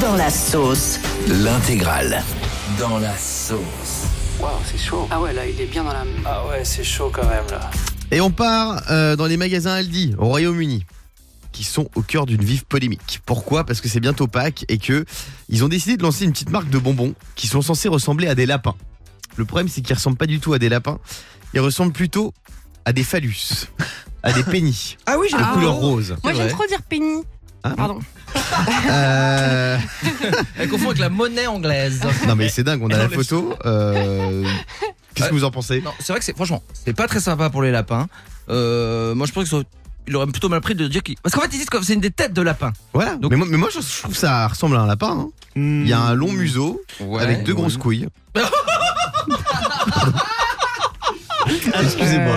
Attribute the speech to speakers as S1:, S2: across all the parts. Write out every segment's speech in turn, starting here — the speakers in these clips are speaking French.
S1: Dans la sauce.
S2: L'intégrale. Dans la sauce.
S3: Waouh, c'est chaud.
S4: Ah ouais, là, il est bien dans la.
S3: Ah ouais, c'est chaud quand même là.
S5: Et on part euh, dans les magasins Aldi au Royaume-Uni qui sont au cœur d'une vive polémique. Pourquoi Parce que c'est bientôt Pâques et que ils ont décidé de lancer une petite marque de bonbons qui sont censés ressembler à des lapins. Le problème c'est qu'ils ressemblent pas du tout à des lapins, ils ressemblent plutôt à des phallus, à des pénis
S6: Ah oui,
S5: de
S6: j'ai la
S5: couleur rose.
S6: Moi,
S1: Moi,
S6: C'est j'aime
S1: j'aime
S6: vrai.
S1: trop dire Penny.
S5: Ah,
S1: Pardon.
S5: Euh,
S6: Elle confond avec la monnaie anglaise.
S1: Ah.
S5: Non mais c'est dingue, on a
S6: Elle
S5: la
S6: enlève
S5: photo. euh, Qu'est-ce que vous en pensez
S6: Non, c'est vrai que c'est franchement, c'est pas très sympa pour les lapins. Euh, moi, je pense qu'ils auraient, ils auraient plutôt mal pris de dire qu'ils. Parce qu'en fait, ils disent que c'est une des têtes de lapin.
S5: Voilà.
S6: Donc-
S5: mais moi, mais moi, je je trouve que ça ressemble à un lapin. hein. Il y a un long museau avec deux grosses couilles.
S7: Euh,
S5: Excusez-moi.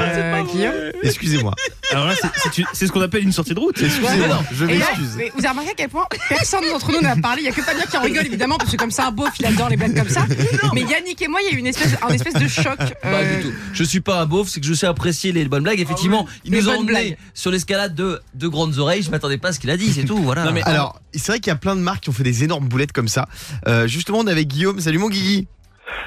S5: Excusez-moi.
S7: Alors là, c'est- c'est une- c'est ce qu'on appelle une sortie de route.
S5: Excusez-moi. Je
S1: Et là,
S5: m'excuse.
S1: mais vous avez remarqué à quel point personne d'entre nous n'a parlé. Il y a que Fabien qui en rigole évidemment parce que comme c'est un beauf, il adore les blagues comme ça. Mais Yannick et moi, il y a eu une espèce, un espèce de choc.
S6: Pas
S1: euh,
S6: du tout. Je suis pas un beauf, c'est que je sais apprécier les bonnes blagues. Effectivement, il
S1: Ah Les
S6: nous a
S1: bonnes
S6: emmené
S1: blagues.
S6: sur l'escalade de deux grandes oreilles. Je m'attendais pas à ce qu'il a dit, c'est tout. Voilà.
S7: Non, mais-
S5: Alors, c'est vrai qu'il y a plein de marques qui ont fait des énormes boulettes comme ça. Euh, justement, on est avec Guillaume. Salut mon Guigui.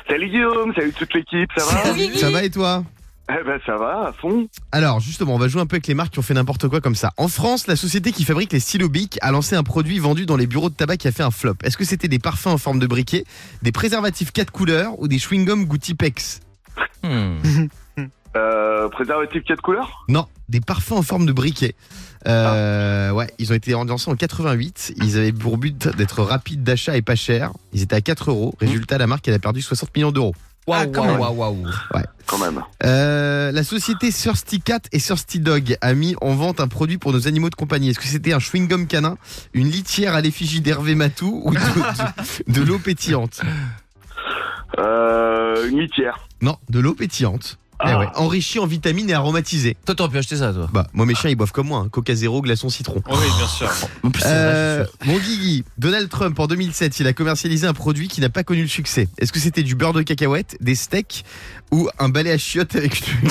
S8: Salut Guillaume, salut toute l'équipe, ça va
S5: Ça va et toi
S8: Eh ben ça va, à fond.
S5: Alors, justement, on va jouer un peu avec les marques qui ont fait n'importe quoi comme ça. En France, la société qui fabrique les stylos Bic a lancé un produit vendu dans les bureaux de tabac qui a fait un flop. Est-ce que c'était des parfums en forme de briquet, des préservatifs quatre couleurs ou des chewing-gums goût Tipex
S6: Hmm.
S8: Euh, préservatif 4 couleurs
S5: Non, des parfums en forme de briquet. Euh, Ouais, ils ont été rendus en 88. Ils avaient pour but d'être rapides d'achat et pas cher. Ils étaient à 4 euros. Résultat, la marque, elle a perdu 60 millions d'euros.
S6: Waouh,
S1: Ah, quand
S6: waouh,
S1: même.
S6: waouh, waouh.
S8: Quand même.
S5: Euh, la société Thirsty Cat et Thirsty Dog a mis en vente un produit pour nos animaux de compagnie. Est-ce que c'était un chewing-gum canin, une litière à l'effigie d'Hervé Matou ou de, de- de l'eau pétillante
S8: Euh, une litière.
S5: Non, de l'eau pétillante. Eh ouais, enrichie en vitamines et aromatisée.
S6: Toi, t'aurais pu acheter ça, toi.
S5: Bah, moi mes chiens ils boivent comme moi, hein. Coca Zéro, glaçon citron.
S7: oui, bien sûr.
S6: En plus, c'est
S5: Euh,
S6: vrai,
S5: mon Guigui, Donald Trump en 2007, il a commercialisé un produit qui n'a pas connu le succès. Est-ce que c'était du beurre de cacahuète, des steaks ou un balai à chiottes avec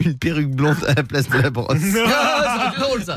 S5: une, une perruque blonde à la place de la brosse
S6: je suis sûr.
S5: Eh
S6: Ah, c'est drôle, ça.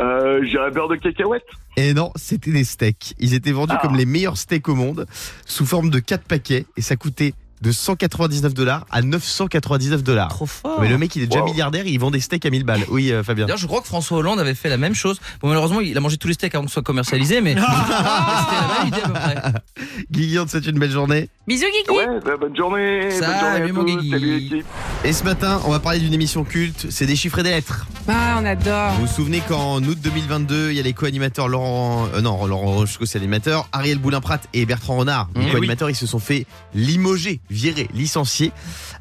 S8: Euh, J'irais beurre de cacahuète.
S5: Et non, c'était des steaks. Ils étaient vendus
S8: Ah.
S5: comme les meilleurs steaks au monde, sous forme de 4 paquets, et ça coûtait de 199 dollars à 999 dollars.
S6: Trop
S1: Oh.
S6: fort.
S5: Mais le mec, il est déjà
S8: Wow.
S5: milliardaire, et il vend des steaks à 1000 balles. Oui, euh, Fabien.
S6: D'ailleurs, je crois que François Hollande avait fait la même chose. Bon, malheureusement, il a mangé tous les steaks avant que ce soit commercialisé, mais, mais c'était la même idée à peu près.
S5: Guigui, on te souhaite une belle journée.
S1: Bisous Guigui.
S8: Ouais, bah, bonne journée.
S6: Salut,
S8: bonne
S6: mon
S8: journée à tous.
S6: Guigui.
S8: Salut l'équipe.
S5: Et ce matin, on va parler d'une émission culte, c'est des chiffres et des lettres.
S1: Ah, on adore.
S5: Vous vous souvenez qu'en août 2022, il y a les co-animateurs Laurent, euh, non, Laurent Rochko, c'est l'animateur, Ariel Boulin-Prat et Bertrand Renard,
S6: Eh
S5: les
S6: oui.
S5: co-animateurs, ils se sont fait limoger, virer, licenciés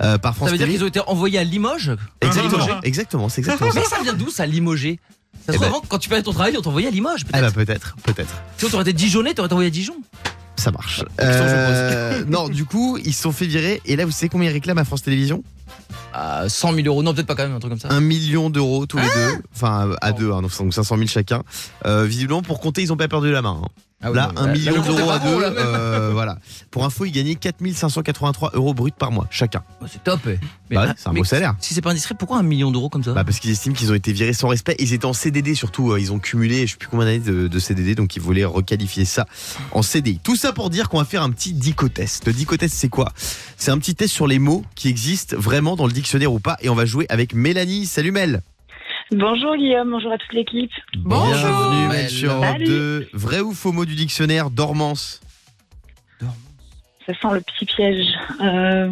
S5: euh, par France
S6: Ça veut dire
S5: Télé.
S6: qu'ils ont été envoyés à Limoges
S5: Exactement, exactement, c'est exactement ça.
S6: Mais ça vient d'où ça, Limoges Ça se
S5: Eh ben-
S6: revend quand tu perds ton travail, on t'envoyait à Limoges
S5: Ah bah
S6: peut-être.
S5: peut-être, peut-être.
S6: Si on t'aurait été Dijonais, t'aurais été envoyé à Dijon.
S5: Ça marche.
S6: Voilà. Question, Bah, je
S5: Euh, non, du coup, ils se sont fait virer. Et là, vous savez combien ils réclament à France Télévisions
S6: Ah, 100 000 euros, non peut-être pas quand même, un truc comme ça.
S5: Un million d'euros tous les deux. Enfin, à
S6: Oh.
S5: deux, hein, donc 500 000 chacun. Euh, visiblement, pour compter, ils ont pas perdu la main. hein.
S6: Ah oui,
S5: là,
S6: oui,
S5: un
S6: là,
S5: million
S6: le compte est
S5: d'euros à
S6: pas bon,
S5: deux.
S6: là, même.
S5: euh, voilà. Pour info, ils gagnaient 4583 euros bruts par mois, chacun.
S6: Bah, C'est top. eh. Mais-
S5: Bah ouais, c'est un
S6: mais hein.
S5: beau salaire.
S6: Si c'est pas indiscret, pourquoi un million d'euros comme ça
S5: Bah, parce qu'ils estiment qu'ils ont été virés sans respect. Ils étaient en CDD surtout. euh, Ils ont cumulé, je sais plus combien d'années de, de CDD, donc ils voulaient requalifier ça en CDI. Tout ça pour dire qu'on va faire un petit dicotest. Le dicotest, c'est quoi C'est un petit test sur les mots qui existent vraiment dans le dictionnaire ou pas. Et on va jouer avec Mélanie. Salut Mel.
S9: Bonjour Guillaume, bonjour à toute l'équipe.
S1: Bonjour.
S5: Bienvenue Mel
S6: Mel.
S5: sur Europe
S9: Salut.
S5: 2. Vrai ou faux mot du dictionnaire Dormance.
S9: Ça sent le petit piège. Euh,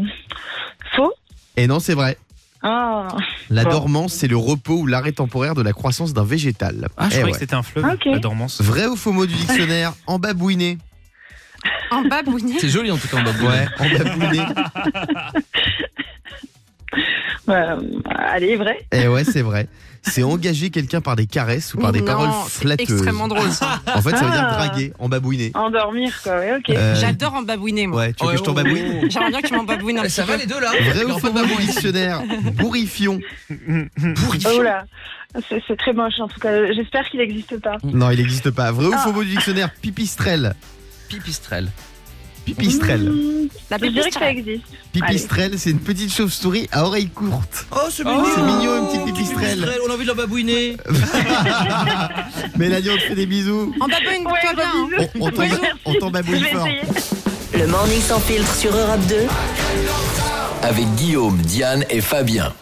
S9: Faux
S5: Et Eh non, c'est vrai.
S9: Ah,
S5: La
S9: Bon.
S5: dormance, c'est le repos ou l'arrêt temporaire de la croissance d'un végétal.
S7: Ah, je
S5: Eh
S7: croyais
S5: ouais.
S7: que c'était un fleuve,
S9: Ok.
S7: la dormance.
S5: Vrai ou faux mot du dictionnaire Embabouiner.
S1: En bas Bounier.
S6: C'est joli en tout cas en bas.
S5: Ouais, embabouiner.
S9: bah, allez, vrai
S5: Eh ouais, c'est vrai. C'est engager quelqu'un par des caresses ou par des
S1: Non,
S5: paroles
S1: c'est
S5: flatteuses.
S1: Extrêmement drôle ça.
S5: En fait, ça veut dire
S9: Ah.
S5: draguer, embabouiner.
S9: Endormir, quoi, ouais, ok.
S5: Euh,
S1: J'adore en babouiner moi.
S5: Ouais, tu veux que je t'embabouine
S1: J'aimerais bien que tu m'en babouines un
S6: Oh. Eh,
S1: petit
S6: Ça va
S1: peu.
S6: les deux là
S5: Vrai
S6: Mais
S5: ou
S6: en
S5: faux
S6: fait,
S5: mot
S6: bah,
S5: du
S6: bon, ils-
S5: dictionnaire Bourrifion.
S9: Oh
S5: Bourrifion.
S9: là, c'est c'est très moche en tout cas. J'espère qu'il n'existe pas.
S5: Non, il n'existe pas. Vrai ou
S9: Ah.
S5: faux mot du dictionnaire Pipistrelle.
S6: Pipistrelle.
S5: Pipistrelle.
S9: Mmh.
S1: La
S9: Hmm. Je dirais que ça
S1: pipistrelle.
S9: existe.
S5: Pipistrelle, c'est une petite chauve-souris à oreilles courtes.
S6: Oh, c'est
S5: mignon. C'est mignon, une petite
S6: Une petite
S5: pipistrelle.
S6: pipistrelle, On a envie de la babouiner.
S5: Mélanie, on te fait des bisous.
S1: En babouine,
S9: Ouais,
S1: toi
S9: gros
S1: bien. hein.
S5: On, on t'en-
S9: Merci.
S5: on t'en
S9: Je
S5: babouille
S9: vais
S5: fort.
S9: essayer.
S4: Le morning sans filtre sur Europe 2.
S2: Avec Guillaume, Diane et Fabien.